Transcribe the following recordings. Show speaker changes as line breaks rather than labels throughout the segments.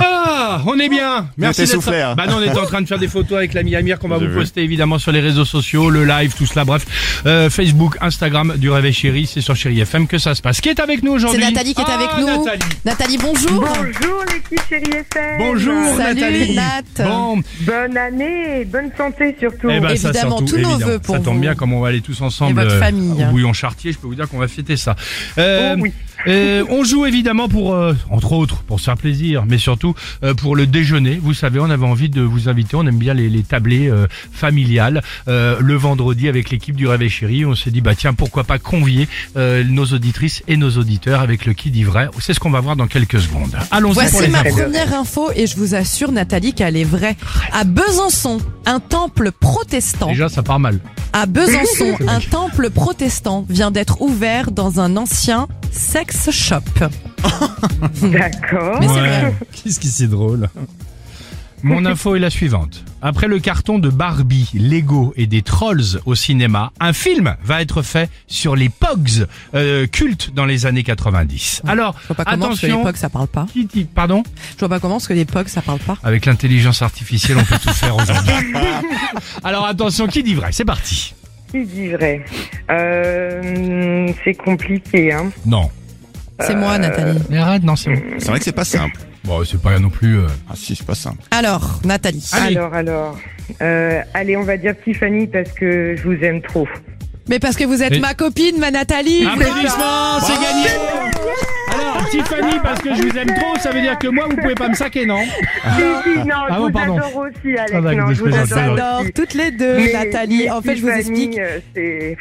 Ah, on est bien. Merci
t'es
d'être-
soufflé, hein.
Bah non, on était en train de faire des photos avec l'ami Amir qu'on va
J'ai
vous
vu.
poster évidemment sur les réseaux sociaux, le live, tout cela. Bref, Euh, Facebook, Instagram du Réveil Chéri, c'est sur Chéri FM que ça se passe. Qui est avec nous
C'est
aujourd'hui
Nathalie qui est
Ah,
avec nous.
Nathalie.
Nathalie, bonjour.
Bonjour l'équipe Chérie FM.
Bonjour
Salut,
Nathalie.
Nat.
Bon,
Bonne année et bonne santé surtout.
eh ben, ça,
Évidemment,
surtout,
tous nos
évidemment.
vœux pour
Ça tombe
vous.
bien comme on va aller tous ensemble
votre
euh,
famille.
au Bouillon-Chartier, je peux vous dire qu'on va fêter ça. Euh,
Oh oui.
Euh, on joue évidemment pour, euh, entre autres, pour se faire plaisir, mais surtout euh, pour le déjeuner. Vous savez, on avait envie de vous inviter. On aime bien les, les tablés euh, familiales. Euh, le vendredi, avec l'équipe du Réveil Chéri, on s'est dit, bah tiens, pourquoi pas convier euh, nos auditrices et nos auditeurs avec le qui dit vrai. C'est ce qu'on va voir dans quelques secondes. Allons-y pour
Voici
les
ma
infos.
première info et je vous assure, Nathalie, qu'elle est vraie. À Besançon, un temple protestant.
Déjà, ça part mal.
À Besançon, un temple protestant vient d'être ouvert dans un ancien sex shop.
D'accord.
Mais c'est vrai.
Qu'est-ce qui c'est drôle Mon info est la suivante. Après le carton de Barbie, Lego et des Trolls au cinéma, un film va être fait sur les Pogs, euh, cultes dans les années 90. Alors,
Je vois pas comment, parce que les
attention,
pogs, ça parle pas.
qui dit- pardon
Je vois pas comment, parce que les pogs, ça parle pas.
Avec l'intelligence artificielle, on peut tout faire aujourd'hui. Alors attention, qui dit vrai C'est parti.
Qui dit vrai Euh, C'est compliqué. Hein.
Non.
C'est moi, Nathalie.
Mais arrête, non, c'est bon.
C'est vrai que c'est pas simple.
Bon, c'est pas non plus... euh,
Ah si, c'est pas simple.
Alors, Nathalie.
Allez.
Alors alors. Euh, allez, on va dire Tiffany parce que je vous aime trop.
Mais parce que vous êtes
Et-
ma copine, ma Nathalie. vous êtes-
Applaudissements, c'est gagné Alors, Tiffany, parce que je vous aime trop, ça veut dire que moi, vous pouvez pas me saquer, non
Si, si, non,
Ah
je
bon,
vous
pardon.
adore aussi, Alex.
Ah, bah,
non,
écoutez,
je vous
je
On
plaisante,
adore.
s'adore
aussi.
toutes les deux,
Mais-
Nathalie.
mais
En fait, je vous
Tiffany,
explique.
euh, C'est.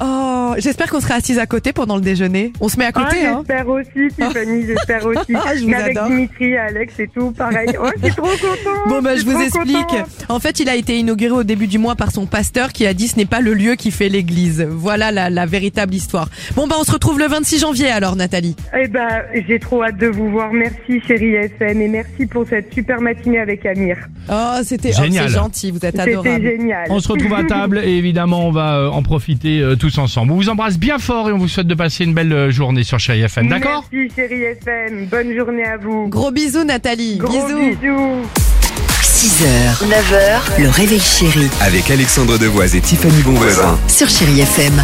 Oh, j'espère qu'on sera assis à côté pendant le déjeuner. On se met à
Ah,
côté, hein.
j'espère aussi, Tiffany, j'espère aussi.
Ah, je vous
Mais avec
adore.
Dimitri, Alex et tout, pareil. Oh, je suis trop contente.
Bon bah je
suis
vous
trop
explique.
contente.
En fait, il a été inauguré au début du mois par son pasteur qui a dit ce n'est pas le lieu qui fait l'église. Voilà la, la véritable histoire. Bon bah on se retrouve le 26 janvier alors Nathalie.
Eh ben, j'ai trop hâte de vous voir. Merci, chérie FM, et merci pour cette super matinée avec Amir.
Oh, c'était oh,
Génial.
c'est gentil, vous êtes
C'était
adorable.
génial.
On se retrouve à table et évidemment, on va euh, en profiter euh, tous ensemble. On vous embrasse bien fort et on vous souhaite de passer une belle euh, journée sur Chérie FM, d'accord
Merci, chérie FM. Bonne journée à vous.
Gros bisous Nathalie.
Gros
bisous.
bisous.
6h, 9h, le réveil chéri
Avec Alexandre Devoise et Tiffany Bonvoisin.
sur Chéri FM.